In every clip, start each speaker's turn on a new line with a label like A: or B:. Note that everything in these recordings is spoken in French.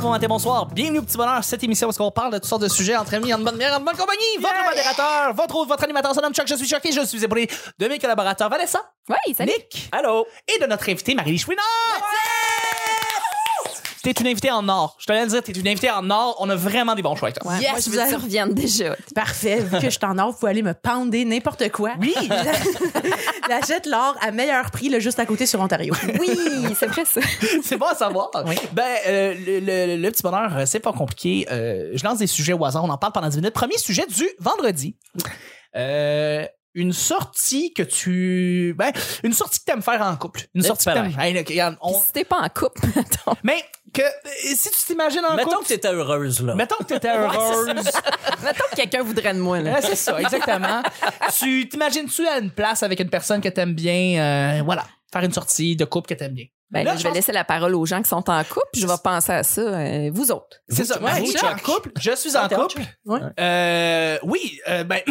A: bon matin, bonsoir. Bienvenue au petit bonheur, cette émission où on parle de toutes sortes de sujets entre amis, en bonne manière, en bonne compagnie. Votre modérateur, votre hôte, votre animateur, son nom Chuck, je suis Chuck et je suis épaulé de mes collaborateurs Vanessa,
B: Oui, salut.
A: Nick
C: Allô?
A: et de notre invité Marie Chouinard. T'es une invitée en or. Je te laisse dire, t'es une invitée en or. On a vraiment des bons choix avec toi.
B: Ouais,
D: Yes,
B: Ah, moi, je
D: vous
B: veux que
D: avez-
B: tu reviennes déjà.
D: Parfait. Vu que je t'en offre, vous pouvez aller me pender n'importe quoi. Oui. J'achète l'or à meilleur prix, là, juste à côté sur Ontario.
B: Oui, c'est vrai ça.
A: c'est bon à savoir. Ben, euh, le, le- le petit bonheur, euh, c'est pas compliqué. Euh, je lance des sujets au hasard. On en parle pendant 10 minutes. Premier sujet du vendredi. Euh, une sortie que tu. Ben, une sortie que t'aimes faire en couple. Une
C: C'est
A: sortie que
C: pas
A: t'aimes. Hey, là, regarde, on-
B: Si t'es pas en couple, attends.
A: Mais que euh, si tu t'imagines en
C: Mettons que
A: couple.
C: t'étais heureuse, là.
A: Mettons que t'étais heureuse.
B: Mettons que quelqu'un voudrait de moi, là.
A: Ouais, c'est ça, exactement. tu t'imagines-tu à une place avec une personne que t'aimes bien, euh, voilà, faire une sortie de couple que t'aimes bien.
B: Ben,
A: Là,
B: là,
A: je
B: je vais
A: pense-
B: laisser la parole aux gens qui sont en couple, puis je vais penser à ça, euh, vous autres.
A: C'est ça.
C: Chuck.
A: Marie,
C: Vous,
A: tu es en
C: Chuck.
A: couple. Je suis en
D: t'es en
A: couple.
D: Ouais.
A: Euh, oui, euh, ben.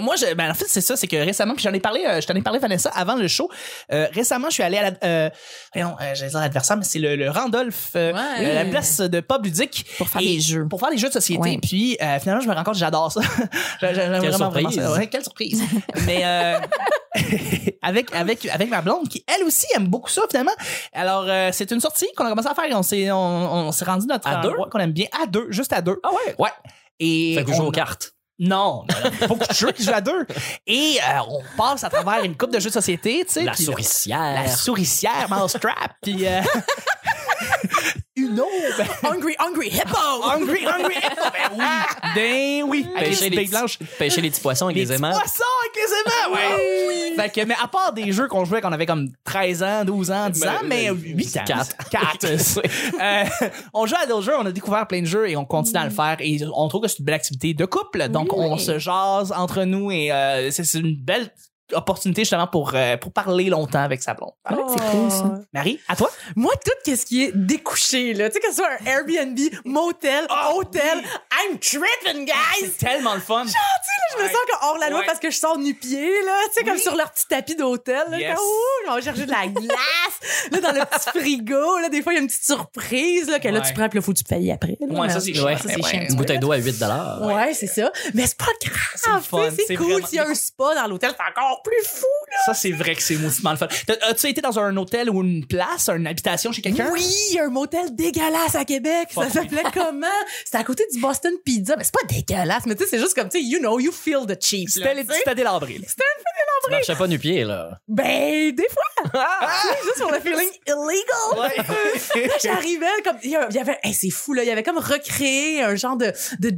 A: Moi, je, ben, en fait, c'est ça, c'est que récemment, puis j'en ai parlé, euh, je t'en ai parlé, Vanessa, avant le show. euh, récemment, je suis allé à la, euh, voyons, euh, j'allais dire l'adversaire, mais c'est le, le Randolph, euh,
B: Ouais.
A: euh, la place de pop ludique.
B: Pour faire
A: Et-
B: des jeux.
A: Pour faire des jeux de société.
B: Ouais.
A: Puis, euh, finalement, je me rends compte, que j'adore ça. J'a- j'a- J'aime
C: Quelle
A: vraiment, vraiment ça.
C: surprise.
A: Ouais, quelle surprise. mais, euh, avec, avec, avec ma blonde qui, elle aussi, aime beaucoup ça, finalement. Alors, euh, c'est une sortie qu'on a commencé à faire et on s'est, on, on s'est rendu notre
C: À deux?
A: endroit qu'on aime bien à deux, juste à deux.
C: Ah ouais?
A: Ouais. Et
C: Fait que vous
A: on-
C: jouez aux cartes.
A: Non, non, non, beaucoup de jeux qui jouent à deux. Et euh, on passe à travers une coupe de jeux de société, tu sais.
C: La
A: puis- euh,
C: souricière.
A: La souricière, Mousetrap, puis euh, une aube.
D: hungry, hungry hippo!
A: Hungry, hungry hippo. Ben oui, ben oui. Avec les petites
C: Pêcher Ah! les,
A: baies blanches.
C: petits- pêcher les petits poissons avec
A: Les
C: des
A: petits
C: aimants. Ah
A: poissons avec les aimants, ouais. Fait que, mais à part des jeux qu'on jouait quand on avait comme 13 ans, 12 ans, 10 ans, mais
C: ben,
A: 8 ans.
C: quatre.
A: 4. on joue à d'autres jeux, on a découvert plein de jeux et on continue
C: Mm.
A: à le faire. Et on trouve que c'est une belle activité de couple. Donc, on se jase entre nous et euh, c'est c'est une belle opportunité justement pour, euh, pour parler longtemps avec sa
D: Ah,
A: blonde.
B: Ouais,
D: Oh.
B: C'est cool, ça.
A: Marie, à toi?
D: Moi, tout ce qui est découché, là, tu sais, que ce soit un Airbnb, motel, hôtel, I'm tripping, guys!
A: Tellement le fun.
D: Tu sais, là, je me
A: Ouais.
D: sens comme hors la loi
A: Ouais.
D: parce que je sors nu-pied, là, tu sais, comme
A: Oui.
D: sur leur petit tapis d'hôtel, là,
A: Yes.
D: comme, ouh, on va chercher de la glace, là, dans le petit frigo, là, des fois, il y a une petite surprise, là, que là,
A: Ouais.
D: tu prends, puis là, faut que tu payes après. là,
A: Ouais, ça,
D: mais-
A: c'est
C: Ouais,
A: chiant.
D: ça, c'est
A: Ouais.
D: chiant.
C: Une bouteille d'eau à 8 dollars.
D: Ouais, c'est ça. Mais c'est pas grave.
A: fun,
D: tu sais,
A: c'est
D: C'est cool.
A: vraiment-
D: S'il y a un spa dans l'hôtel, c'est encore plus fou.
A: Ça, c'est vrai que c'est mauditement le fun. T'as- As-tu été dans un hôtel ou une place, une habitation chez quelqu'un?
D: Oui, il y a un motel dégueulasse à Québec.
A: Pas
D: Ça s'appelait comment? C'était à côté du Boston Pizza. Mais c'est pas dégueulasse, mais tu sais, c'est juste comme, tu sais, you know, you feel the cheap.
A: C'était les c'était des labrés, là.
C: Tu marchais pas nu pied, là.
D: Ben, des fois. Tu sais, juste pour le feeling illegal. Là, j'arrivais comme il y a- il y avait hey, c'est fou là il y avait comme recréé un genre de, de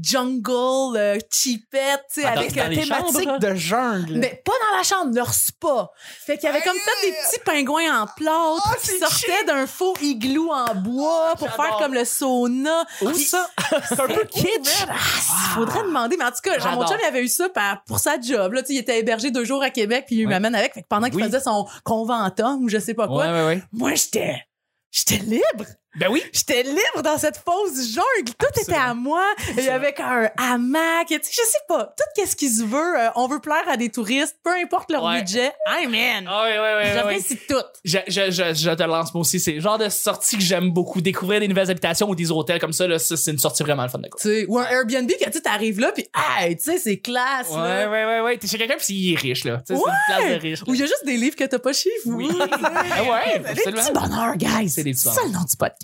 D: jungle euh, cheapette tu sais
C: Attends,
D: avec
C: dans
D: euh,
C: les
A: Thématique
D: chambres.
A: de jungle.
D: Mais Ben, pas dans la chambre, leur spa. Fait qu'il y avait comme ça des petits pingouins en plâtre
A: Ah, c'est
D: qui sortaient d'un faux igloo en bois pour
A: J'adore.
D: faire comme le sauna.
A: Où
D: Puis-
A: ça? C'est un peu kitsch.
D: Ah, Faudrait demander, mais en tout cas, genre, mon
A: J'adore.
D: chum il avait eu ça par- pour sa job. Là, Tu sais, il était hébergé deux jours à Québec, puis il m'amène avec. Fait que pendant qu'il
C: Oui.
D: faisait son conventum ou je sais
A: Ah,
D: pas quoi,
C: ouais, ouais.
D: moi j'étais. J'étais libre!
A: Ben oui.
D: J'étais libre dans cette fausse jungle. Tout était à moi. Il y avait un hamac. Tu sais, je sais pas. Tout qu'est-ce qu'ils veulent. euh, on veut plaire à des touristes, peu importe leur
A: Ouais.
D: budget. I'm in.
A: Ah oui, oui,
D: J'apprécie tout.
A: Je, je, je, je te lance moi aussi. C'est le genre de sortie que j'aime beaucoup. Découvrir des nouvelles habitations ou des hôtels comme ça, là, ça, c'est une sortie vraiment le fun de quoi.
D: Tu sais, ou un Airbnb que tu sais, t'arrives là puis hey, tu sais c'est classe. là.
A: ouais, ouais, ouais. T'es chez quelqu'un pis il est riche, là. Tu sais, C'est une place de riche. là.
D: Ou il y a juste des livres que t'as pas chez vous.
A: Oui. Ah ouais,
D: Les petits
A: absolument.
D: bonheurs, guys.
A: C'est des petits
D: ça le nom du podcast.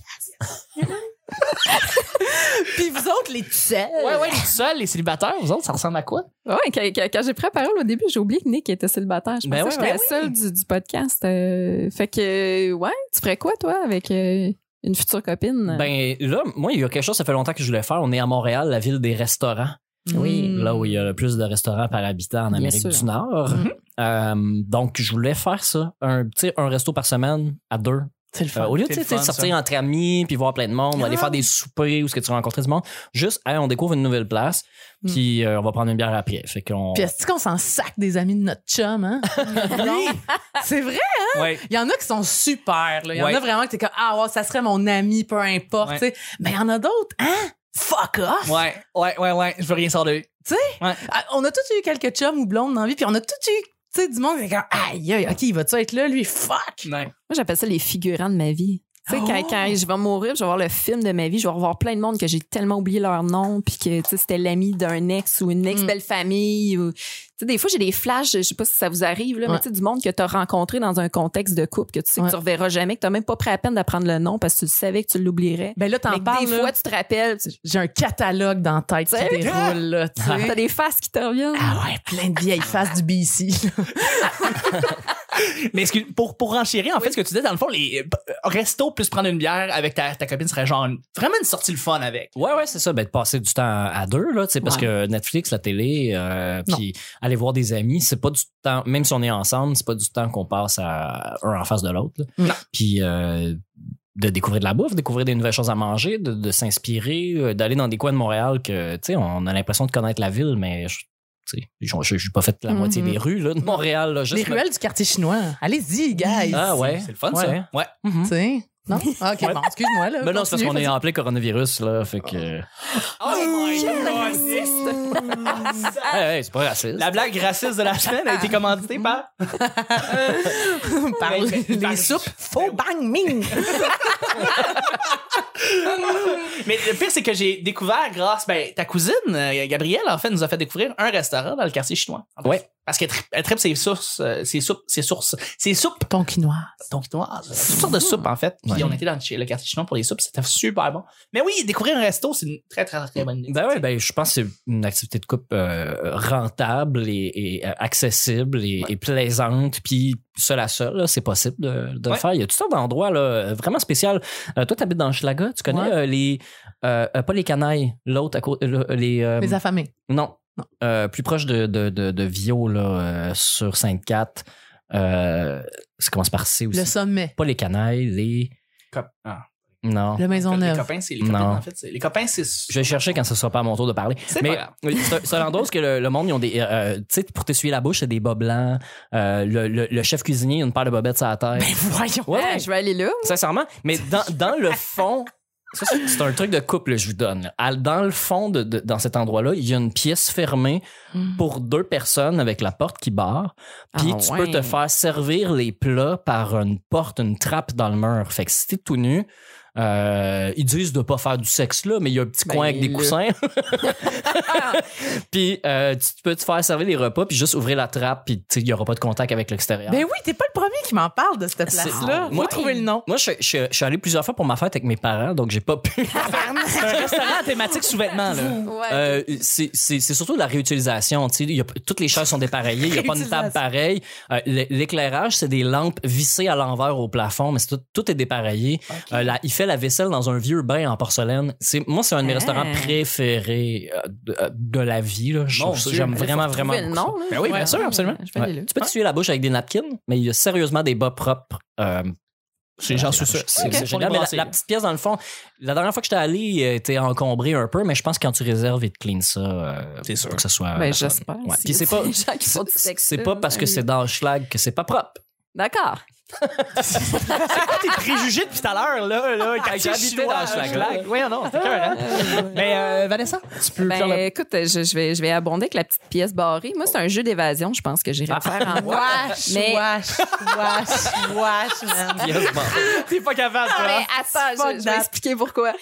D: puis vous autres les tuelles.
A: Ouais, ouais, les seuls, les célibataires, vous autres, ça ressemble à quoi?
B: Ouais, quand, quand- quand j'ai pris la parole au début, j'ai oublié que Nick était célibataire. Je
C: Ben
B: pensais
C: ouais,
B: que j'étais la seule du, du podcast. euh, fait que, euh, ouais, tu ferais quoi, toi, avec euh, une future copine?
C: Ben là, moi, il y a quelque chose, ça fait longtemps que je voulais faire. On est à Montréal, la ville des restaurants.
B: oui.
C: Là où il y a le plus de restaurants par habitant en
B: Bien
C: Amérique
B: sûr.
C: du Nord.
A: Mm-hmm.
C: Euh, donc, je voulais faire ça. Un, tu sais, un resto par semaine à deux.
A: C'est le
C: Euh, au lieu de
A: C'est
C: tu
A: le
C: sais, tu sais,
A: fun,
C: sortir entre amis puis voir plein de monde, ou aller faire des soupers où ce que tu vas rencontrer du monde, juste hey, on découvre une nouvelle place puis euh, on va prendre une bière après. Fait qu'on
D: Puis est-ce qu'on s'en sac des amis de notre chum, hein? oui! C'est vrai, hein?
C: Ouais.
D: Il y en a qui sont super, là. Il y en
C: Ouais.
D: a vraiment que t'es comme, ah, ouais, ça serait mon ami, peu importe,
A: Ouais.
D: tu sais. Mais il y en a d'autres, hein? Fuck off!
A: ça. Ouais, ouais, ouais, ouais. Je veux rien sortir de lui.
D: Ah, On a tous eu quelques chums ou blondes dans la vie, puis on a tous eu, tu sais, du monde qui est comme, aïe, aïe, ok, il va-tu être là, lui? Fuck!
A: Ouais.
B: Moi, j'appelle ça les figurants de ma vie. Tu sais,
C: Oh!
B: quand, quand je vais mourir, je vais voir le film de ma vie, je vais revoir plein de monde que j'ai tellement oublié leur nom, puis que tu sais, c'était l'ami d'un ex ou une
D: Mm.
B: ex-belle-famille. Ou... Tu sais, des fois, j'ai des flashs, je sais pas si ça vous arrive, là, mais
D: Ouais.
B: tu sais, du monde que tu as rencontré dans un contexte de couple, que tu sais
D: Ouais.
B: que tu reverras jamais, que tu même pas pris la peine d'apprendre le nom parce que tu le savais que tu l'oublierais.
D: Ben là,
B: Mais
D: t'en
B: que
D: parles.
B: des
D: là,
B: fois, tu te rappelles, tu
D: J'ai un catalogue dans la tête qui
B: Sérieux?
D: déroule, là, tu
C: Ah
D: sais.
B: as des faces qui te reviennent.
D: Ah ouais, plein de vieilles faces du BC.
A: Mais excuse, pour, pour renchérir, en fait, ce que tu dis, dans le fond, les euh, restos plus prendre une bière avec ta, ta copine serait genre une- vraiment une sortie le fun avec.
C: Ouais, ouais, c'est ça. Ben, de passer du temps à à deux, là, tu sais, parce
D: Ouais.
C: que Netflix, la télé, euh,
D: Non.
C: puis aller voir des amis, c'est pas du temps, même si on est ensemble, c'est pas du temps qu'on passe à un en face de l'autre. là.
D: Non.
C: Puis euh, de découvrir de la bouffe, découvrir des nouvelles choses à manger, de, de s'inspirer, euh, d'aller dans des coins de Montréal que, tu sais, on a l'impression de connaître la ville, mais je, tu sais, je, je- je suis pas fait la moitié
D: Mhm.
C: des rues, là, de Montréal, là, juste
D: Les
C: me-
D: ruelles du quartier chinois. Allez-y, guys.
C: Ah ouais.
A: C'est le fun,
C: Ouais.
A: ça. hein? Ouais.
C: Mhm.
D: Tu sais. Non? Ah, OK, bon, excuse-moi. Là,
C: Ben non, c'est parce
D: Continue,
C: qu'on est en plein coronavirus, là, fait que.
A: Oh my God.
D: Oh.
C: Hey, hey, c'est pas raciste.
A: La blague raciste de la semaine a été commanditée par.
D: par
C: Ben,
A: Mais-
D: les,
A: par-
D: les soupes faux bang ming.
A: Mais le pire, c'est que j'ai découvert grâce. Ben, ta cousine, euh, Gabrielle, en fait, nous a fait découvrir un restaurant dans le quartier chinois.
C: Ouais.
A: Parce qu'elle tri- elle tripe ses sources, euh, ses soupes, ses sources, ses soupes
D: Tonkinoise.
A: tonkinoises. Toutes sortes de soupes, en fait. Puis
C: Ouais.
A: on était dans le, chez le quartier chinois pour les soupes. C'était super bon. Mais oui, découvrir un resto, c'est une très, très, très bonne idée.
C: Ben ouais, ben je pense que c'est une activité de couple euh, rentable et, et, euh, accessible et, et plaisante. Puis seul à seul, là, c'est possible de, de
A: Ouais.
C: le faire. Il y a toutes sortes d'endroits là, vraiment spéciaux. Euh, toi, t'habites dans Schlaga, tu connais
D: Ouais.
C: euh, les euh, euh, pas les canailles, l'autre à côté, le- les euh,
D: Les affamés.
C: non,
D: Non.
C: Euh, plus proche de de, de, de Vio là euh, sur Sainte-Cat. Euh, ça commence par C aussi.
D: Le sommet.
C: Pas les canailles, les
A: Cop- ah.
C: non.
D: Le maison
A: les
D: neuve.
A: copains, c'est les copines,
C: Non.
A: en fait. c'est- Les copains, c'est.
C: Je vais chercher quand ce sera pas à mon tour de parler.
A: C'est
C: Mais
A: pas grave.
C: oui, c'est un- c'est un endroit où ce que le, le monde, ils ont des. euh, tu sais, pour t'essuyer la bouche, c'est des bas blancs. Euh, le, le- le chef cuisinier, il a une paire de bobettes sur la tête.
D: voyons.
C: Ouais,
B: Hein,
C: ouais,
B: je vais aller là.
C: sincèrement. Mais dans, dans le fond. Ça, c'est c'est un truc de couple, je vous donne. là. À- Dans le fond, de, de- dans cet endroit-là, il y a une pièce fermée pour deux personnes avec la porte qui barre. Puis
B: Mm. Ah
C: tu
B: ouais.
C: peux te faire servir les plats par une porte, une trappe dans le mur. Fait que si t'es tout nu, euh, ils disent de pas faire du sexe là, mais il y a un petit
B: Ben,
C: coin avec des
B: là.
C: coussins. Puis euh, tu peux te faire servir les repas, puis juste ouvrir la trappe, puis tu sais, il n'y aura pas de contact avec l'extérieur.
D: Ben oui, t'es pas le premier qui m'en parle de cette
C: C'est-
D: place-là.
C: Moi-
D: Moi, trouver le nom.
C: Moi, je, je- je suis allé plusieurs fois pour ma fête avec mes parents, donc j'ai pas pu.
A: C'est un restaurant à thématique sous-vêtements, là.
B: Ouais.
C: Euh, c'est c'est- c'est surtout la réutilisation. tu sais, il y a- toutes les chaises sont dépareillées, il n'y a pas une table pareille. Euh, l'é- L'éclairage, c'est des lampes vissées à l'envers au plafond, mais c'est tout, tout est dépareillé. Euh, la- il fait la vaisselle dans un vieux bain en porcelaine. C'est- Moi, c'est un de mes
B: Ah.
C: restaurants préférés euh, de, euh, de la vie. là. Je
A: Mon
C: trouve ça-
A: Dieu.
C: J'aime
A: Il faut
C: vraiment,
B: Trouver
C: vraiment.
B: le
C: beaucoup ça.
B: nom, là.
A: Ben oui, bien sûr, absolument.
B: Je vais aller là.
C: Tu peux te tuer la bouche avec des napkins, mais il y a sérieusement des bas propres. euh,
A: C'est- J'en suis sûr.
C: c'est
A: Ok.
C: c'est génial. Mais la, la petite pièce, dans le fond, la dernière fois que j'étais allé, elle était encombrée un peu, mais je pense que quand tu réserves, ils te clean ça. euh,
A: C'est sûr.
C: Pour que ce soit.
B: Ben, j'espère.
C: Ouais.
B: Si-
C: Puis c'est
B: si
C: pas-
B: les gens qui font du
C: C'est
B: sexe,
C: c'est
B: là, ben,
C: pas parce que
B: oui.
C: c'est dans Schlag que c'est pas propre.
B: D'accord.
A: tes préjugés depuis tout à l'heure, là, là, quand j'habitais dans Schlac. Oui, non, c'est cœur, hein? Mais euh, Vanessa, tu peux faire
B: Ben,
A: le...
B: écoute, je, je vais, je vais abonder avec la petite pièce barrée. Moi, c'est un jeu d'évasion, je pense que j'irai faire en moi.
D: Wash,
B: Mais-
D: wash, wash, wash, man.
A: T'es pas capable,
B: Non, ah, mais
A: toi.
B: attends,
D: Fuck
B: je, je vais
D: that.
B: expliquer pourquoi. Euh,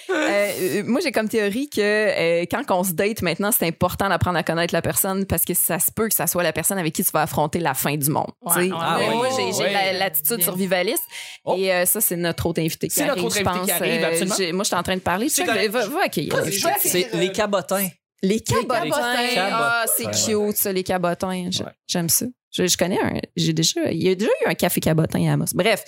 B: euh, moi, j'ai comme théorie que euh, quand on se date maintenant, c'est important d'apprendre à connaître la personne parce que ça se peut que ça soit la personne avec qui tu vas affronter la fin du monde. tu
D: Ouais,
B: sais.
D: ouais,
B: moi,
A: ouais.
B: moi, j'ai j'ai
A: Ouais.
B: la- l'attitude
D: Bien.
B: survivaliste
A: Oh.
B: et euh, ça, c'est notre autre invité qui
A: C'est notre
B: arrive,
A: autre
B: je
A: invité
B: pense.
A: qui arrive,
B: Euh,
A: absolument.
B: j'ai- moi, je suis en train de parler.
A: C'est
B: Check,
A: correct.
B: va, va accueillir.
A: Vas-y, vas-y.
C: C'est les cabotins.
B: Les cabotins.
D: cabotins.
B: Ah, c'est cute, ça, les cabotins. Je-
C: Ouais.
B: J'aime ça. Je, je connais un. J'ai déjà. Il y a déjà eu un café cabotin à Amos. Bref.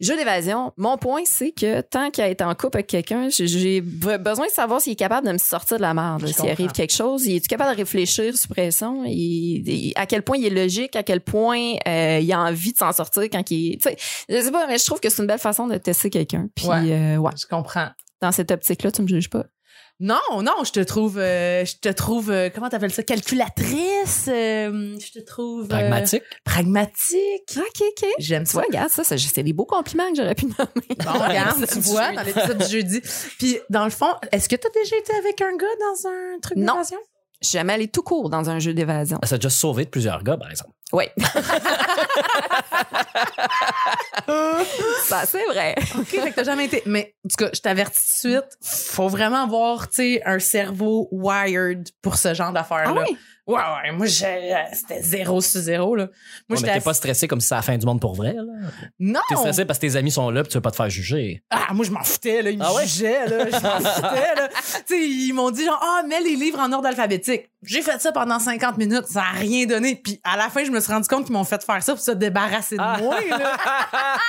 B: Jeu d'évasion. Mon point, c'est que tant qu'il est en couple avec quelqu'un, j'ai- j'ai be- besoin de savoir s'il est capable de me sortir de la merde.
D: Je
B: S'il arrive
D: comprends.
B: quelque chose, il est capable de réfléchir sous pression? Il- il- à quel point il est logique? À quel point euh, il a envie de s'en sortir quand il est. tu sais, Je sais pas, mais je trouve que c'est une belle façon de tester quelqu'un. Puis,
D: Ouais.
B: euh, ouais.
D: Je comprends.
B: Dans cette optique-là, tu me juges pas.
D: Non, non, je te trouve, euh, je te trouve, euh, comment t'appelles ça, calculatrice. euh, je te trouve euh,
C: Pragmatique.
D: pragmatique.
B: OK, OK.
D: J'aime
B: Tu
D: ça.
B: vois, regarde, ça, ça- c'est des beaux compliments que j'aurais pu nommer.
D: Bon, regarde, tu vois, dans l'épisode du jeudi. Puis, dans le fond, est-ce que t'as déjà été avec un gars dans un truc
B: Non.
D: d'évasion?
B: Je suis jamais allée tout court dans un jeu
C: Ah,
B: d'évasion.
C: Ça a déjà sauvé de plusieurs gars, par exemple.
B: Oui. Ça, c'est vrai.
D: Ah! OK, fait que t'as jamais été. Mais en tout cas, je t'avertis tout de suite, faut vraiment avoir, tu sais, un cerveau wired pour ce genre
B: Ah
D: d'affaires-là. Ouais, ouais, moi, j'ai- c'était zéro sur zéro, là. Moi,
C: Ouais, mais
D: j'étais
C: t'es pas stressé comme si c'était la fin du monde pour vrai, là.
D: Non!
C: T'es stressé parce que tes amis sont là pis tu veux pas te faire juger.
D: Ah, moi, je m'en foutais, là. Ils
C: Ah
D: me
C: ouais?
D: jugeaient, là. Je m'en foutais, là. Tu sais, ils m'ont dit, genre, ah, mets les livres en ordre alphabétique. J'ai fait ça pendant 50 minutes. Ça a rien donné. Puis, à la fin, je me suis rendu compte qu'ils m'ont fait faire ça pour se débarrasser de moi, là.
C: Ah,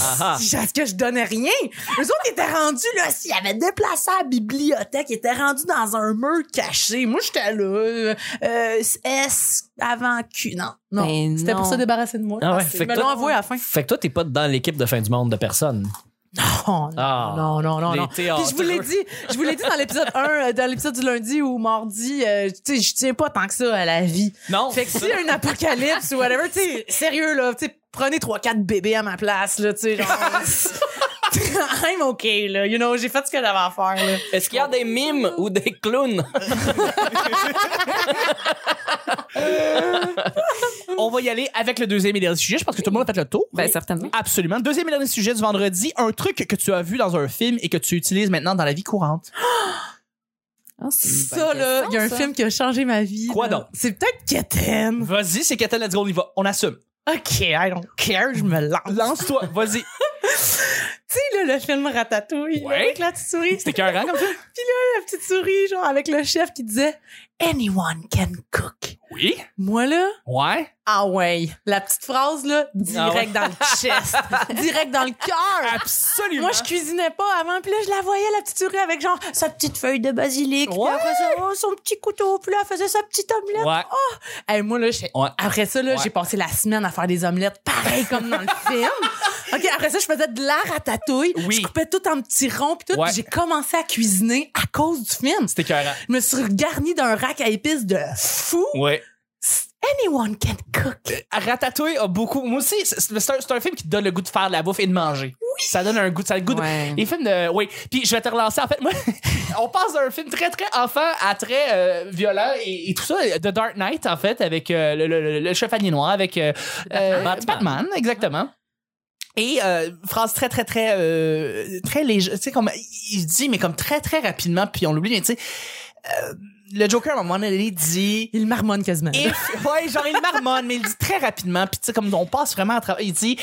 C: ah.
D: Parce que je donnais rien. Eux autres étaient rendus, là, s'ils avaient déplacé à la bibliothèque, ils étaient rendus dans un mur caché. Moi, j'étais là. euh, euh, S avant Q. Non, non.
B: Mais
D: C'était pour
B: Ben, non.
D: se débarrasser de moi.
C: Ben, Ah ouais,
D: Parce que
C: fait
D: ils
C: que
D: me l'ont
C: toi-
D: avoué à la fin.
C: Fait que toi, t'es pas dans l'équipe de fin du monde de personne.
D: Oh, non,
C: Ah.
D: non, non, non,
C: Les
D: non. Puis je vous l'ai
C: théâtreux.
D: dit, je vous l'ai dit dans l'épisode 1, euh, dans l'épisode du lundi ou mardi, euh, tu sais, je tiens pas tant que ça à la vie.
C: Non.
D: Fait que si un apocalypse ou whatever, tu sais, sérieux là, tu sais, prenez 3 4 bébés à ma place là, tu sais, genre I'm okay là, you know, j'ai fait ce que j'avais à faire là.
C: Est-ce qu'il y a des mimes ou des clowns?
A: On va y aller avec le deuxième et dernier sujet. Je pense que tout le monde a fait le tour.
B: Ben, certainement.
A: Absolument. Deuxième et dernier sujet du vendredi, un truc que tu as vu dans un film et que tu utilises maintenant dans la vie courante.
B: Ah, c'est une bonne
D: Ça là,
B: question,
D: il y a un
B: ça.
D: film qui a changé ma vie.
A: Quoi
D: là.
A: donc?
D: C'est peut-être Keten.
A: Vas-y, c'est Katel, let's go, on y va. On assume.
D: OK, I don't care, je me lance.
A: Lance-toi, vas-y.
D: Tu sais là le film Ratatouille là,
A: Ouais.
D: avec la petite souris,
A: C'était cœur, comme ça?
D: la petite souris genre avec le chef qui disait anyone can cook.
A: Oui.
D: Moi là,
A: Ouais.
D: Ah ouais, la petite phrase là, direct
C: Ah
D: dans
C: ouais.
D: le chest, direct dans le cœur.
A: Absolument.
D: Moi, je cuisinais pas avant, puis là, je la voyais, la petite souris, avec genre sa petite feuille de basilic, puis
A: Ouais.
D: après ça, oh, son petit couteau, puis là, elle faisait sa petite omelette.
C: Ouais.
D: Hey, moi, là, j'ai-
C: Ouais.
D: après ça, là,
C: Ouais.
D: j'ai passé la semaine à faire des omelettes, pareil comme dans le film. OK, après ça, je faisais de la ratatouille.
A: Oui.
D: Je coupais tout en petits ronds, puis tout.
A: Ouais.
D: puis J'ai commencé à cuisiner à cause du film.
A: C'était cœur.
D: Je me suis garnie d'un rack à épices de fou.
A: Ouais.
D: Anyone can cook.
A: Euh. Ratatouille a beaucoup. Moi aussi, c'est c'est- c'est un, c'est un film qui te donne le goût de faire de la bouffe et de manger. Ça donne un goût, ça a le goût de-
B: Ouais.
A: Les films de. Oui. Puis je vais te relancer. En fait, moi, on passe d'un film très, très enfant à très euh, violent et, et tout ça. The Dark Knight, en fait, avec euh, le, le- le- le chevalier noir, avec euh, euh, Batman.
C: Batman.
A: exactement. Et euh, phrase très très très euh, très léger, tu sais comme il dit mais comme très très rapidement puis on l'oublie mais tu sais euh, le Joker à un moment donné dit
D: Il marmonne quasiment.
A: If- ouais, genre il marmonne, mais il dit très rapidement. Puis tu sais, comme on passe vraiment à travers, il dit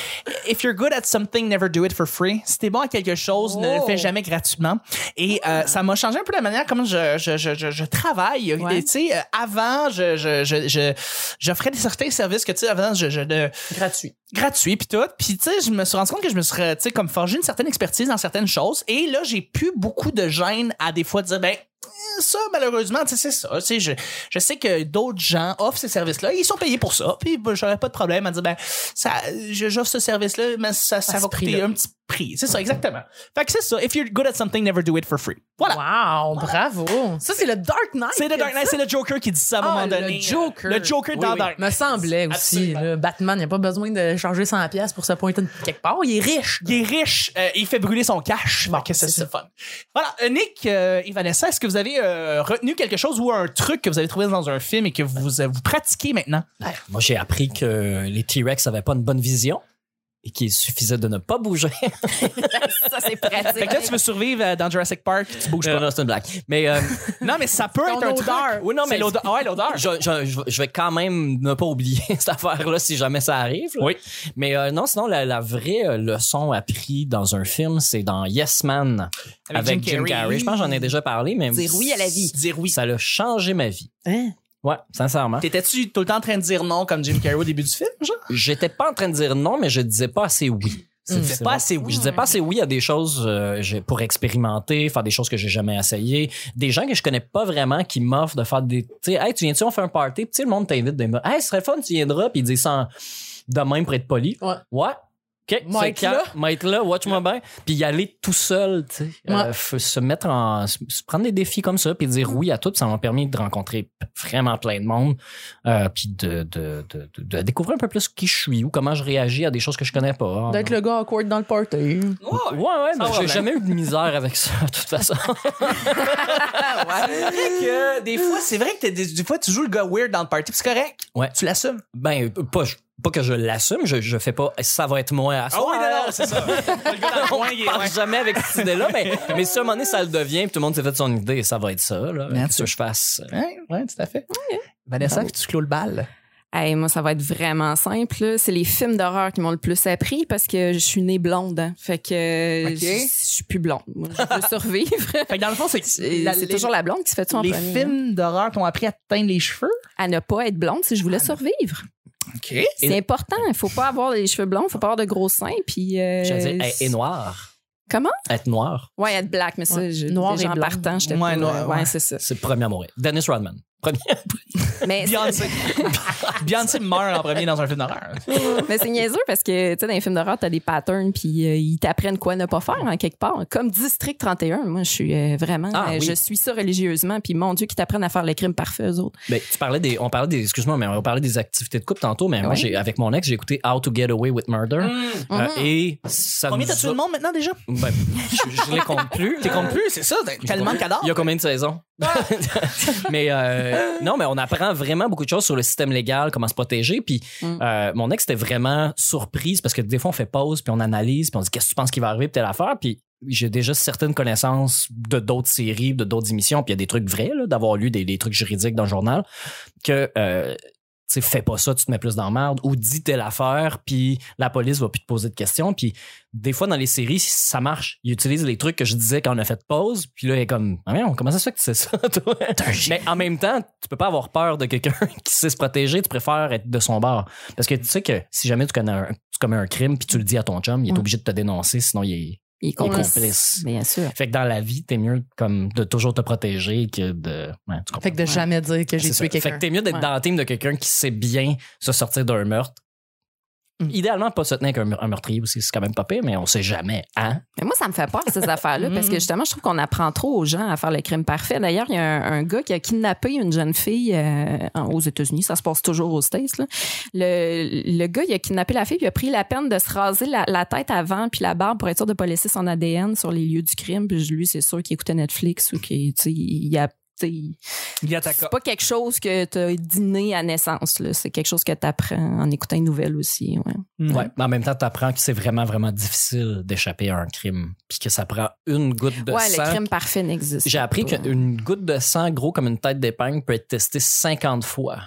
A: If you're good at something, never do it for free. Si t'es bon à quelque chose, ne le
D: Oh.
A: fais jamais gratuitement. Et euh, ça m'a changé un peu la manière comment je, je, je, je, je travaille.
B: Ouais.
A: Et, Tu sais, euh, avant, je, je, je, je, j'offrais des certains services que tu sais, avant, je, je ne-
D: gratuit.
A: gratuit puis tout puis tu sais je me suis rendu compte que je me serais tu sais comme forgé une certaine expertise dans certaines choses et là j'ai plus beaucoup de gêne à des fois dire ben euh, ça malheureusement tu sais c'est ça tu sais je, je sais que d'autres gens offrent ces services là ils sont payés pour ça puis ben, j'aurais pas de problème à dire ben ça je- j'offre ce service là mais ça, ça
D: À ce
A: va coûter
D: prix-là.
A: un petit prix c'est ça exactement fait que c'est ça if you're good at something never do it for free voilà
D: Wow, bravo. Ça, c'est le Dark Knight.
A: c'est le Dark Knight c'est le Joker qui dit ça à un
D: Ah,
A: moment
D: le
A: donné
D: Joker.
A: le Joker
C: Oui,
A: dans
C: oui.
A: Dark
D: Me semblait aussi.
A: Absolument.
D: là. Batman, il n'y a pas besoin de charger 100$ piastres pour se pointer de quelque part. Il est riche.
A: Il est riche, euh, il fait brûler son cash. Fait que ça,
D: c'est
A: c'est le fun. Voilà, Euh, Nick euh, et Vanessa, est-ce que vous avez euh, retenu quelque chose ou un truc que vous avez trouvé dans un film et que vous, euh, vous pratiquez maintenant?
C: Moi, j'ai appris que les T-Rex avaient pas une bonne vision et qu'il suffisait de ne pas bouger.
B: Ça, c'est pratique.
A: Fait que là, tu veux survivre euh, dans Jurassic Park, tu bouges
C: Euh,
A: pas.
C: non, c'est une blague. Mais euh,
A: Non, mais ça peut
D: Ton
A: être un
D: odeur.
A: truc. Oui, non, mais
C: C'est-
A: l'odeur. Ah Ouais, l'odeur.
C: je, je- je- je vais quand même ne pas oublier cette affaire-là si jamais ça arrive. là.
A: Oui.
C: Mais euh, non, sinon, la, la vraie euh, leçon apprise dans un film, c'est dans Yes Man
A: Avec
C: avec,
A: Jim
C: Jim,
A: Carrey.
C: Carrey. Je pense que j'en ai déjà parlé, mais
B: Dire oui à la vie.
A: Dire oui.
C: ça l'a changé ma vie.
D: Hein?
C: Ouais, sincèrement.
A: T'étais-tu tout le temps en train de dire non comme Jim Carrey au début du film, genre?
C: J'étais pas en train de dire non, mais je disais pas assez oui. C'est-
A: Tu
C: c'est
A: fais
C: bon.
A: pas assez oui.
C: Je disais pas assez oui à des choses euh, j'ai- pour expérimenter, faire des choses que j'ai jamais essayé, des gens que je connais pas vraiment qui m'offrent de faire des tu sais hey, tu viens-tu on fait un party, puis tu sais le monde t'invite des hey, ce serait le fun tu viendras puis ils disent ça en- de même pour être poli.
D: Ouais.
C: Ouais. OK,
D: Moi
C: c'est
D: être
C: clair.
D: là.
C: Moi être là, watch-moi bien. Puis y aller tout seul, tu sais. Euh, f- se mettre en. se- se prendre des défis comme ça, puis dire oui à tout. Ça m'a permis de rencontrer vraiment plein de monde, euh, puis de, de, de, de- de découvrir un peu plus qui je suis ou comment je réagis à des choses que je connais pas.
D: D'être le gars awkward dans le party.
A: Mm.
C: Ouais, ouais, mais j'ai
A: problème.
C: jamais eu de misère avec ça, de toute façon.
A: Ah, C'est vrai que des fois, c'est vrai que t'es- des, des fois, tu joues le gars weird dans le party, puis c'est correct.
C: Ouais.
A: Tu l'assumes.
C: Ben, euh, pas, je- pas que je l'assume, je, je fais pas ça va être moi à
A: Ah oui, non, non, c'est ça. Le gars dans le coin, il
C: Je
A: est- ouais.
C: parle jamais avec cette idée-là, mais, mais si à un moment donné, ça le devient, puis tout le monde s'est fait son idée, ça va être ça, là.
A: Merci.
C: Qu'est-ce que je fasse?
A: Ouais, Hein? ouais, tout à fait. Vanessa, que tu clôt le bal.
B: Hey, moi, ça va être vraiment simple. là. C'est les films d'horreur qui m'ont le plus appris parce que je suis née blonde. hein. Fait que
A: Ok.
B: je, je suis plus blonde. Moi, je veux survivre.
A: Fait que dans le fond, c'est
B: C'est
A: la-
B: c'est
A: les-
B: toujours la blonde qui se fait tout en
A: les
B: premier, hein.
A: films d'horreur t'ont appris à te teindre les cheveux.
B: À ne pas être blonde si je voulais survivre.
A: OK.
B: C'est
C: Et-
B: important. Il faut pas avoir les cheveux blonds, faut pas avoir de gros seins. Puis, euh,
C: Je veux dire, et, et noir.
B: Comment?
C: Être noir,
B: Ouais, être black, mais ça,
D: Ouais.
B: je-
D: Noir
B: déjà
D: et
B: en
D: blond.
B: partant, j'étais
A: Ouais,
B: pas-
A: noir,
B: ouais,
A: ouais.
B: c'est ça.
C: c'est le premier à mourir. Dennis Rodman. Premier.
B: Mais
A: Beyoncé. Beyoncé meurt en premier dans un film d'horreur.
B: Mais c'est niaiseux parce que, tu sais, dans les films d'horreur, t'as des patterns, puis euh, ils t'apprennent quoi ne pas faire, en quelque part. Comme District 31, moi, je suis euh, vraiment,
C: Ah,
B: euh,
C: oui.
B: je suis ça religieusement, puis mon Dieu, qu'ils t'apprennent à faire le crime parfait, eux autres.
C: Ben, tu parlais des, on parlait des, excuse-moi, mais on parlait des activités de couple tantôt, mais moi,
B: Ouais.
C: j'ai, avec mon ex, j'ai écouté How to Get Away with Murder. Euh,
A: Mm-hmm.
C: et ça
A: Mm. Combien
C: nous
A: t'as tué
C: a-
A: le monde maintenant déjà?
C: Ben, je, je les compte plus.
A: T'es compte plus, c'est ça, t'as tellement de cadavres.
C: Il y a combien de saisons? mais euh, non, mais on apprend vraiment beaucoup de choses sur le système légal, comment se protéger. Puis
B: Mm.
C: euh, mon ex était vraiment surprise parce que des fois, on fait pause, puis on analyse, puis on dit qu'est-ce que tu penses qui va arriver, puis telle affaire. Puis j'ai déjà certaines connaissances de d'autres séries, de d'autres émissions, puis il y a des trucs vrais, là, d'avoir lu des, des trucs juridiques dans le journal, que. euh, tu sais, fais pas ça, tu te mets plus dans la merde, ou dis telle affaire, puis la police va plus te poser de questions. Puis des fois dans les séries, ça marche. Ils utilisent les trucs que je disais quand on a fait pause, puis là, il est comme, ah merde, comment ça se fait que tu sais ça, toi? Mais en même temps, tu peux pas avoir peur de quelqu'un qui sait se protéger, tu préfères être de son bord. Parce que tu sais que si jamais tu, connais un- tu commets un crime, puis tu le dis à ton chum, il est
B: Ouais.
C: obligé de te dénoncer, sinon il est
B: Ils
C: complice.
B: Bien sûr.
C: Fait que dans la vie, t'es mieux comme de toujours te protéger que de. Ouais, tu comprends.
D: Fait que de jamais dire que j'ai tué
C: C'est ça. Fait
D: quelqu'un.
C: que t'es mieux d'être
B: Ouais.
C: dans la team de quelqu'un qui sait bien se sortir d'un meurtre.
D: Mm.
C: Idéalement, pas se tenir qu'un un meurtrier aussi, c'est quand même pas pire, mais on sait jamais, hein?
B: Mais moi, ça me fait peur, ces affaires-là, parce
A: Mm-hmm.
B: que justement, je trouve qu'on apprend trop aux gens à faire le crime parfait. D'ailleurs, il y a un, un gars qui a kidnappé une jeune fille euh, en- aux États-Unis. Ça se passe toujours aux States. Là. Le, le gars, il a kidnappé la fille, puis il a pris la peine de se raser la, la tête avant, puis la barbe pour être sûr de pas laisser son ADN sur les lieux du crime. Puis lui, c'est sûr qu'il écoutait Netflix ou qu'il tu sais, il a. tu sais, C'est pas quelque chose que tu as dîné à naissance. là. C'est quelque chose que tu apprends en écoutant une nouvelle aussi. ouais.
C: Ouais. Mais en même temps, tu apprends que c'est vraiment, vraiment difficile d'échapper à un crime. Puis que ça prend une goutte de
B: ouais,
C: sang.
B: le crime parfait n'existe
C: J'ai appris
B: pas.
C: qu'une goutte de sang, gros comme une tête d'épingle, peut être testée 50 fois.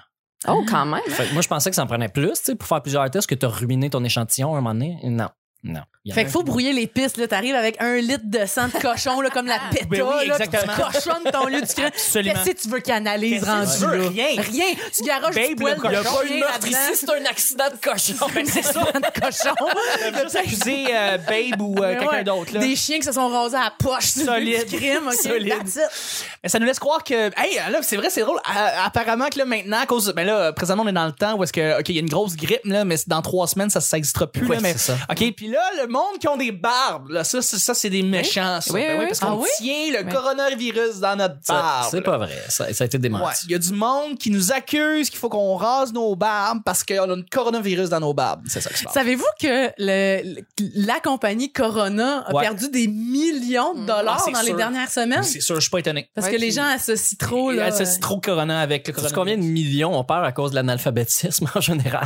B: Oh, quand même.
C: Fait que moi, je pensais que ça en prenait plus, tu sais, pour faire plusieurs tests, que tu as ruiné ton échantillon à un moment donné. Non. Non. Il y en a
D: Fait que faut brouiller les pistes, là. T'arrives avec un litre de sang de cochon, là, comme la péta,
A: Ben oui,
D: là, puis
A: exactement.
D: Tu cochonnes ton lieu du crime.
A: Absolument.
D: Qu'est-ce que tu veux qu'il analyse
A: Qu'est-ce que
D: rendu,
A: tu veux?
D: là?
A: Rien.
D: Rien. Tu garoches
A: Babe,
D: du
A: le
D: poil
A: cochon. Il
D: de
A: y a
D: cochon,
A: pas un meurtre
D: là-dedans.
C: c'est un accident de cochon.
A: C'est ça.
D: Sang de cochon.
A: Juste accuser euh, Babe ou euh,
D: Mais
A: quelqu'un
D: ouais,
A: d'autre. là.
D: Des chiens qui se sont rasés à la poche.
A: Solide.
D: Solide. crime, OK?
A: Solide.
D: That's it.
A: Mais ça nous laisse croire que. Hey, là, c'est vrai, c'est drôle. À- apparemment que là, maintenant, à cause. Ben là, présentement, on est dans le temps où est-ce que. OK, il y a une grosse grippe, là, mais c'est dans trois semaines, ça n'existera plus.
C: Ouais,
A: là, mais...
C: c'est ça.
A: OK, puis là, le monde qui ont des barbes, là, ça, c'est- ça, c'est des méchants. ça.
B: Oui,
A: Ben
B: oui,
A: parce
B: oui.
A: qu'on
B: Ah oui?
A: tient le
B: Oui.
A: coronavirus dans notre barbe.
C: C'est pas vrai. Ça, ça a été
A: Ouais,
C: démenti.
A: il y a du monde qui nous accuse qu'il faut qu'on rase nos barbes parce qu'on a le coronavirus dans nos barbes. C'est ça qui se passe.
D: Savez-vous que le- le- la compagnie Corona a
A: Ouais.
D: perdu des millions de
A: Ah,
D: dollars
A: c'est
D: dans les
A: sûr.
D: dernières semaines?
A: C'est sûr, je suis pas étonné.
D: Parce
B: Ouais,
D: que les
B: puis-
D: gens associent trop, là.
A: Elle s'associe trop corona avec le
C: Tu sais
A: coronavirus.
C: combien de millions on perd à cause de l'analphabétisme en général?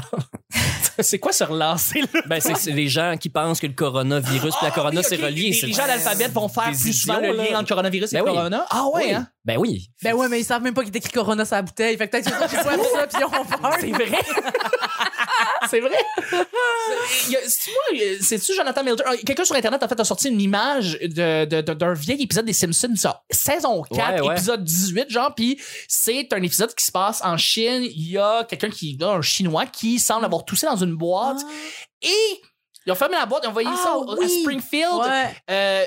A: C'est quoi se relancer, là?
C: Ben, c'est c'est les gens qui pensent que le coronavirus puis la corona,
A: Ah, oui,
C: c'est
A: ok.
C: relié.
A: Les-
C: c'est-
A: Les gens d'alphabet vont faire
C: Des
A: plus souvent
C: idiots,
A: le lien
C: là.
A: entre le coronavirus et
C: Ben
A: le
C: oui.
A: corona. Ah ouais, hein?
C: Ben oui.
D: Ben ouais, mais ils savent même pas qu'il est écrit Corona sur la bouteille. Fait que peut-être qu'ils ont vu ça, puis ils ont peur.
A: C'est vrai. Ah, c'est vrai. C'est- il y a- c'est- moi, euh, C'est-tu Jonathan Miller? Ah, Quelqu'un sur Internet, en fait, a sorti une image de- de- de- d'un vieil épisode des Simpsons, ça, saison 4,
C: Ouais, ouais.
A: épisode 18, genre, puis c'est un épisode qui se passe en Chine. Il y a quelqu'un qui, là, un Chinois, qui semble avoir toussé dans une boîte et ils ont fermé la boîte, ils ont envoyé
D: Ah
A: ça au- à
D: oui.
A: Springfield.
D: Ouais.
A: Euh,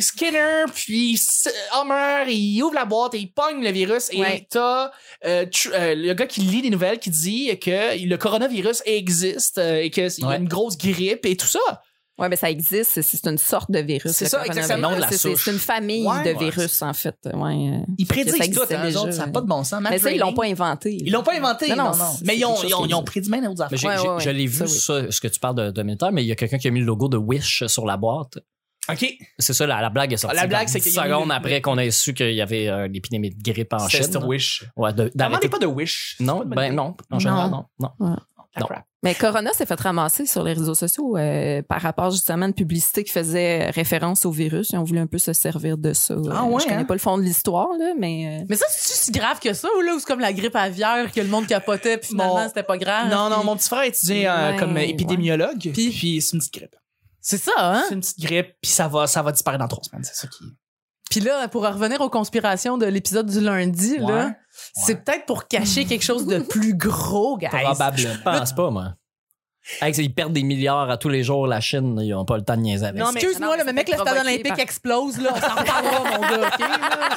A: Skinner, puis S- Homer, il ouvre la boîte et il pogne le virus. Et
D: Ouais.
A: t'as euh, Tr- euh, le gars qui lit les nouvelles qui dit que le coronavirus existe euh, et qu'il y
C: Ouais.
A: a une grosse grippe et tout ça.
B: Oui, mais ça existe. c'est- C'est une sorte de virus.
A: C'est
B: le
A: ça,
B: coronavirus.
A: exactement,
C: de la
B: C'est- c'est-
C: souche.
B: C'est une famille
A: Ouais,
B: de
A: ouais,
B: virus, en fait. Ouais, euh.
A: Ils
B: Ça
A: prédisent tout,
B: existait
A: hein, eux
B: déjà,
A: autres, ça n'a
B: ouais.
A: pas de bon sens. Matt
B: Mais ça, ils
A: Groening,
B: l'ont pas inventé.
A: ils l'ont pas inventé.
B: Non, non,
A: non, non.
B: c'est
A: Mais ils
B: quelque
A: ont,
B: chose
A: ils ont-
B: qu'ils
A: ils ont
B: disent.
A: prédit bien d'autres
C: Mais
A: affaires.
C: j'ai-
B: Ouais,
C: j'ai-
B: ouais,
C: je l'ai vu,
B: ça, oui.
C: ça, ce que tu parles de, de militaire, mais il y a quelqu'un qui a mis le logo de Wish sur la boîte.
A: OK.
C: C'est ça, Ah, la, la blague est sortie.
A: La blague,
C: comme
A: c'est
C: 10
A: qu'il y a eu-
C: secondes après qu'on ait su qu'il y avait euh, l'épidémie de grippe en
A: C'est
C: Chine.
A: un wish.
C: Ouais, de-
A: Maman n'est
C: d'arrêter.
A: pas de wish.
C: Non, ben non, en général, non. non.
A: Ah,
C: non.
A: crap.
B: Mais Corona s'est fait ramasser sur les réseaux sociaux euh, par rapport justement à une publicité qui faisait euh, référence au virus. Ils ont voulu un peu se servir de ça. euh,
A: Ah ouais,
B: Je connais
A: hein?
B: pas le fond de l'histoire, là, mais. euh,
D: Mais ça, c'est si grave que ça, ou là, ou c'est comme la grippe aviaire que le monde capotait, puis finalement,
A: Mon-
D: c'était pas grave.
A: Non, non,
D: puis-
A: mon petit frère étudiait euh,
B: Ah, Ouais,
A: comme
B: ouais.
A: épidémiologue, puis, c'est une petite grippe.
D: C'est ça, hein?
A: C'est une petite grippe, puis ça va, ça va disparaître dans trois semaines. C'est ça qui.
D: Puis là, pour en revenir aux conspirations de l'épisode du lundi,
A: Ouais,
D: là, c'est peut-être pour cacher quelque chose de plus gros, guys.
C: Je pense pas, moi. Hey, ils perdent des milliards à tous les jours, la Chine, ils ont pas le temps de niaiser avec
A: Non,
C: ça.
A: mais-
D: Excuse-moi,
B: non,
D: là,
B: mais
D: mais mec,
B: c'est
D: le stade
B: provoqué
D: olympique
B: par-
D: explose, là. On s'en reparlera, mon gars, OK? là?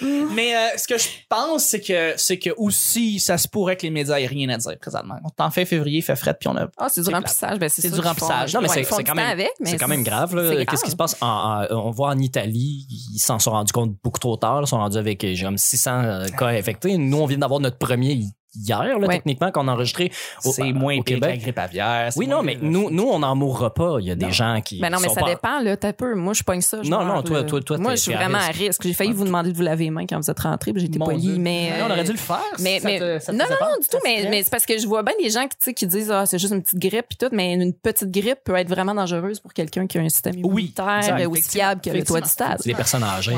A: Mais euh, ce que je pense, c'est que, c'est que aussi, ça se pourrait que les médias aient rien à dire présentement. On t'en fait février, il fait fret, puis on a.
B: Ah, c'est du
A: C'est
B: remplissage. Ben,
A: C'est
B: sûr
A: du
B: qu'ils font-
A: remplissage.
C: Non, mais
B: ouais,
C: c'est-
B: ils font
C: c'est
B: du
C: quand
B: temps
C: même-
B: avec, mais
C: C'est quand même grave. là. Qu'est-ce qui se passe? en- en- on voit en Italie, ils s'en sont rendus compte beaucoup trop tard. là. Ils sont rendus avec euh, genre 600 euh, cas infectés. Nous, on vient d'avoir notre premier hi- hier, là,
B: Ouais.
C: techniquement, qu'on a enregistré au,
A: C'est
C: euh,
A: moins
C: au
A: pire que la
C: Québec.
A: grippe aviaire. c'est
C: Oui,
A: moins
C: non, mais
A: pire.
C: nous, nous on n'en mourra pas. Il y a des
A: Non.
C: gens qui.
B: Mais Ben non, mais
C: sont
B: ça
C: pas-
B: dépend, là. T'as peu. Moi, je pogne ça. je
C: Non,
B: meurs,
C: non, toi-
B: là.
C: toi- toi,
B: Moi,
C: t'es- Ah,
B: je suis
C: t'es à
B: vraiment à
C: risque.
B: risque. J'ai failli vous demander de vous laver les mains quand vous êtes rentré, puis j'ai été
A: Mon Dieu.
B: polie, mais.
A: Ouais, on aurait dû le faire.
B: mais-
A: ça
B: mais-
A: te- ça te
B: non,
A: faisait peur,
B: Non, du tout,
A: ça te
B: mais,
A: stresse.
B: mais c'est parce que je vois bien des gens qui, tu sais, qui disent ah, c'est juste une petite grippe puis tout, mais une petite grippe peut être vraiment dangereuse pour quelqu'un qui a un système
A: Oui,
B: immunitaire
A: exact,
B: aussi fiable que le toit du stade.
C: Les personnes âgées.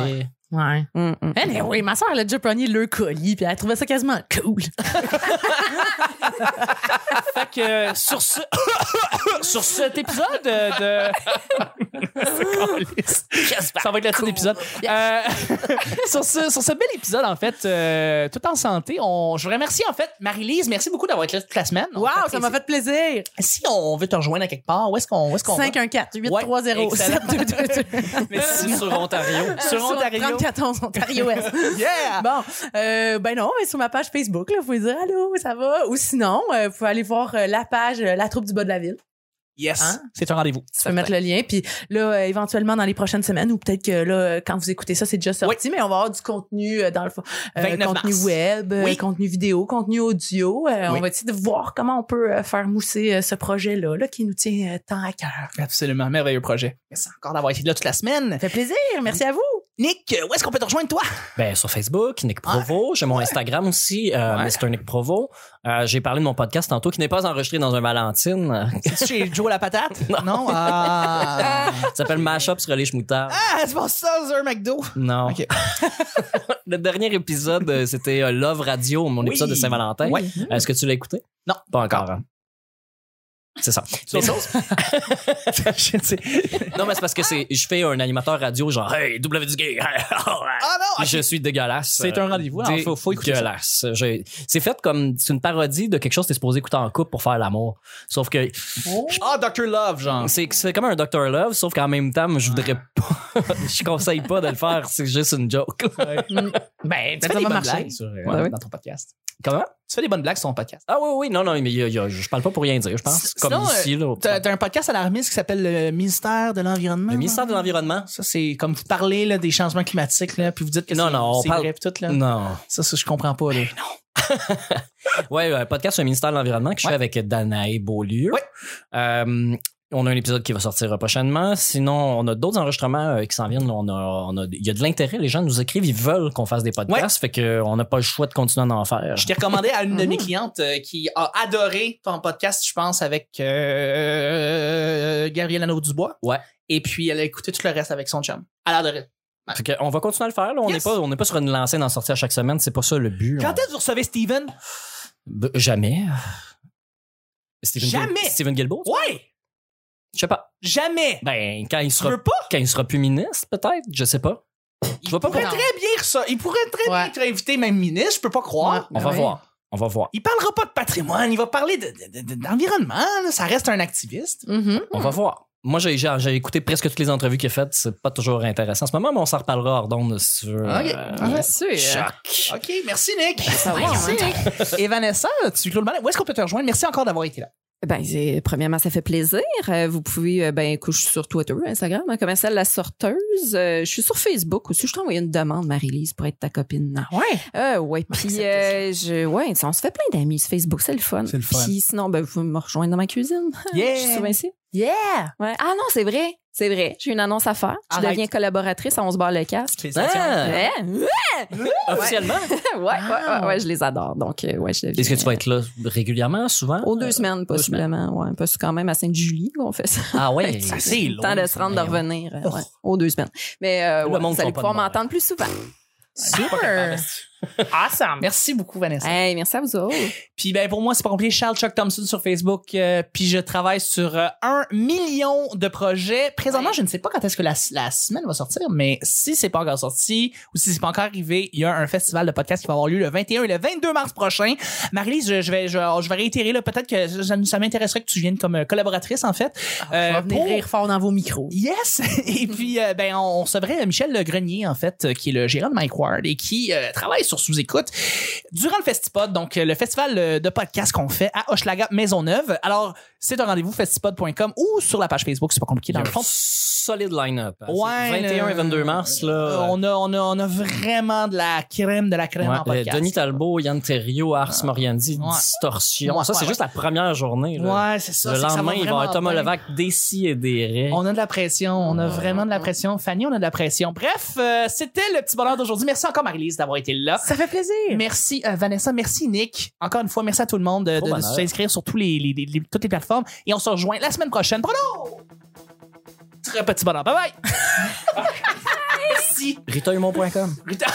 D: Ouais.
B: Hum, hum.
D: Eh oui, ma soeur, elle a déjà pogné le colis, puis elle trouvait ça quasiment cool.
A: Fait que euh, sur ce. sur cet épisode euh, de. ça va être le titre d'épisode. Euh, sur, ce, sur ce bel épisode, en fait, euh, tout en santé, on, je remercie en fait Marie-Lise. Merci beaucoup d'avoir été là toute la semaine.
D: Wow, ça m'a fait plaisir.
A: Si on veut te rejoindre à quelque part, où est-ce qu'on. Où est-ce qu'on va?
D: 514
A: Ouais,
D: 830 7222
A: Mais si-
C: sur Ontario.
A: sur Ontario. Ah.
D: 34 Ontario Est.
A: Yeah!
D: Bon, euh, ben non, mais sur ma page Facebook, là, vous pouvez dire allô, ça va. Ou sinon, euh, vous pouvez aller voir euh, la page euh, La Troupe du bas de la ville.
A: Yes!
D: Hein?
A: C'est un rendez-vous.
D: Tu peux mettre le lien. Puis là, euh, éventuellement, dans les prochaines semaines, ou peut-être que là, euh, quand vous écoutez ça, c'est déjà sorti, mais on va avoir du contenu euh, dans le fond, euh,
A: 29
D: contenu
A: mars.
D: web, euh,
A: Oui.
D: contenu vidéo, contenu audio. Euh,
A: Oui.
D: On va essayer de voir comment on peut euh, faire mousser euh, ce projet-là, là, qui nous tient euh, tant à cœur.
A: Absolument, merveilleux projet. Merci encore d'avoir été là toute la semaine.
D: Ça fait plaisir. Merci à vous.
A: Nick, où est-ce qu'on peut te rejoindre, toi?
C: Ben, sur Facebook, Nick Provo. J'ai mon Instagram aussi, euh,
A: Ah. Ouais.
C: Mr. Nick Provo. Euh, J'ai parlé de mon podcast tantôt qui n'est pas enregistré dans un Valentine.
A: C'est chez Joe la patate? Non. Ah,
C: Ça s'appelle Mashup sur les chemoutards.
A: ah c'est pour ça, Zer McDo.
C: Non.
A: Ok.
C: Le dernier épisode, euh, c'était euh, Love Radio, mon
A: Oui.
C: épisode de Saint-Valentin.
A: Ouais.
C: Est-ce que tu l'as écouté?
A: Non.
C: Pas encore. hein. C'est ça. Mais ça-
A: Je sais.
C: non, mais c'est parce que c'est, je fais un animateur radio genre Hey, W oh, du gay.
A: Ah non!
C: Je suis dégueulasse.
A: C'est un rendez-vous, alors faut- faut écouter ça.
C: Dégueulasse. J'ai- C'est fait comme c'est une parodie de quelque chose que t'es supposé écouter en couple pour faire l'amour. Sauf que
A: Ah, Dr. Love, genre.
C: c'est c'est comme un Dr Love, sauf qu'en même temps, moi, je voudrais pas. Je conseille pas de le faire. C'est juste une joke.
D: Ben,
A: Tu fais des bonnes blagues sur, euh,
C: Ouais, ouais.
A: dans ton podcast.
C: Comment?
A: Tu fais des bonnes blagues sur ton podcast.
C: Ah oui, oui, non, non, mais il y a- il y a- je parle pas pour rien dire, je pense.
A: S-
C: Comme
A: sinon, euh,
C: ici, là. au-
A: T'as t'as un podcast alarmiste qui s'appelle le ministère de l'environnement.
C: Le ministère de
A: genre.
C: l'Environnement.
A: Ça c'est comme vous parlez là, des changements climatiques là, puis vous dites que
C: Non,
A: c'est-
C: non, on
A: c'est
C: parle-
A: vrai puis tout là.
C: Non.
A: Ça, ça je comprends pas là.
C: Ouais, un podcast sur le ministère de l'Environnement que je
A: Ouais.
C: fais avec Danae Beaulieu.
A: Ouais.
C: Euh, on a un épisode qui va sortir prochainement. Sinon, on a d'autres enregistrements euh, qui s'en viennent. On a, on a- il y a de l'intérêt. Les gens nous écrivent, ils veulent qu'on fasse des podcasts. Fait qu'on n'a pas le choix de continuer à en faire.
A: Je t'ai recommandé à une de mes clientes euh, qui a adoré ton podcast, je pense, avec euh, Gabriel Anneau Dubois.
C: Ouais.
A: Et puis elle a écouté tout le reste avec son chum. Elle a adoré.
C: Fait qu'on va continuer à le faire. là. On n'est
A: Yes.
C: pas, on n'est pas sur une lancée d'en sortir chaque semaine. C'est pas ça le but.
A: Quand
C: On-
A: est-ce que vous recevez Steven?
C: Ben, Jamais. Steven Guil-
A: Jamais.
C: Steven Guilbeault?
A: Ouais!
C: Je sais pas.
A: Jamais!
C: Ben, quand il
A: Tu
C: sera
A: veux pas?
C: quand il sera plus ministre, peut-être, je sais pas.
A: Il
C: Je vois pas
A: pourrait
D: pourquoi.
A: très bien ça. Il pourrait très bien
D: Ouais.
A: être invité même ministre, je peux pas croire.
C: On va
D: Ouais.
C: voir. On va voir.
A: Il parlera pas de patrimoine, il va parler de- de- de- de- d'environnement, là. ça reste un activiste.
B: Mm-hmm.
D: Mhm.
C: On va voir. Moi, j'ai, j'ai- j'ai écouté presque toutes les entrevues qu'il a faites. C'est pas toujours intéressant en ce moment, mais on s'en reparlera hors d'onde si tu veux. Euh,
B: Bien sûr.
C: Choc.
A: OK, merci Nick.
B: Ça va,
A: merci
B: hein.
A: Nick. Ben, Et Vanessa, tu clôt le balai. Où est-ce qu'on peut te rejoindre? Merci encore d'avoir été là.
B: Ben, c'est- premièrement, ça fait plaisir. Euh, Vous pouvez, euh, ben, écoute, je suis sur Twitter, Instagram, hein, comme ça, la sorteuse. Euh, Je suis sur Facebook aussi. Je t'ai envoyé une demande, Marie-Lise, pour être ta copine.
A: Ouais.
B: Euh, ouais, puis euh, je, ouais, on se fait plein d'amis sur Facebook, c'est le fun.
A: C'est le fun.
B: Puis sinon, ben, vous me rejoindre dans ma cuisine. Je suis
A: Yeah.
B: souvent ici.
D: Yeah!
B: Ouais. Ah non, c'est vrai. C'est vrai, j'ai une annonce à faire. Je
A: Arrête.
B: deviens collaboratrice à On se barre le casque.
A: Félicitations.
C: Ah,
B: Ouais, ouais,
C: Officiellement.
B: ouais, ouais, ouais, je les adore. Donc, euh, ouais, je deviens- euh,
C: Est-ce que tu vas être là régulièrement, souvent?
A: Oh.
B: Aux deux semaines,
C: deux semaines.
B: possiblement. Ouais, parce que quand même à Sainte-Julie, on fait ça.
C: Ah ouais.
A: C'est assez
B: Le temps
A: long,
B: de se rendre, de
A: ça, mais
B: revenir. euh,
A: Oh.
B: ouais, aux deux semaines. Mais euh,
C: Le
B: ouais,
C: monde
B: vous allez
C: sont pas
B: pouvoir
C: de Montréal.
B: m'entendre plus souvent.
A: Ah, Super.
D: Awesome.
A: Merci beaucoup, Vanessa.
B: Hey, merci à vous autres.
A: Puis ben pour moi, c'est pas compliqué. Charles Chuck Thompson sur Facebook. euh, puis je travaille sur euh, un million de projets. Présentement,
B: Ouais.
A: je ne sais pas quand est-ce que la, la semaine va sortir, mais si c'est pas encore sorti ou si c'est pas encore arrivé, il y a un festival de podcast qui va avoir lieu le 21 et le 22 mars prochain. Marie-Lise, je, je vais, je, je vais réitérer là. Peut-être que ça, ça m'intéresserait que tu viennes comme euh, collaboratrice en fait.
D: Ah, Je
A: Euh,
D: vais venir
A: pour-
D: rire fort dans vos micros.
A: Yes! Et puis, euh, ben, on, on recevrait Michel Le Grenier, en fait, euh, qui est le gérant de Mike Ward et qui euh, travaille sur Sous-Écoute durant le Festipod, donc euh, le festival euh, de podcast qu'on fait à Hochelaga Maisonneuve. Alors, c'est un rendez-vous festipod.com ou sur la page Facebook, c'est pas compliqué dans
C: un
A: le fond.
C: solide line-up. hein.
A: Ouais,
C: C'est 21
A: le-
C: et 22 mars,
A: Euh,
C: là.
A: on, a, on, a, on a vraiment de la crème, de la crème en
C: Ouais, euh,
A: podcast.
C: Denis Talbot, Yann Terrio, Ars Moriandi,
A: Ouais.
C: Distorsion.
A: Ouais,
C: ça, c'est
A: ouais,
C: juste la première journée. là.
A: Ouais, c'est ça.
C: le
A: c'est que ça
C: lendemain,
A: va
C: il va y avoir
A: vraiment
C: Thomas hein.
A: bien.
C: Levac, Dessy et Desraies.
A: On a de la pression, on a vraiment de la pression. Fanny, on a de la pression. Bref, euh, c'était le petit bonheur d'aujourd'hui. Merci encore, Marie-Lise, d'avoir été là.
D: Ça fait plaisir.
A: Merci euh, Vanessa, merci Nick. Encore une fois, merci à tout le monde de,
C: Trop
A: de- de
C: bonheur.
A: s'inscrire sur tous les, les- les- les- toutes les plateformes. Et on se rejoint la semaine prochaine. Prono! Très petit bonheur. Bye bye! merci.
C: Ritaillemont.com.
A: Putain.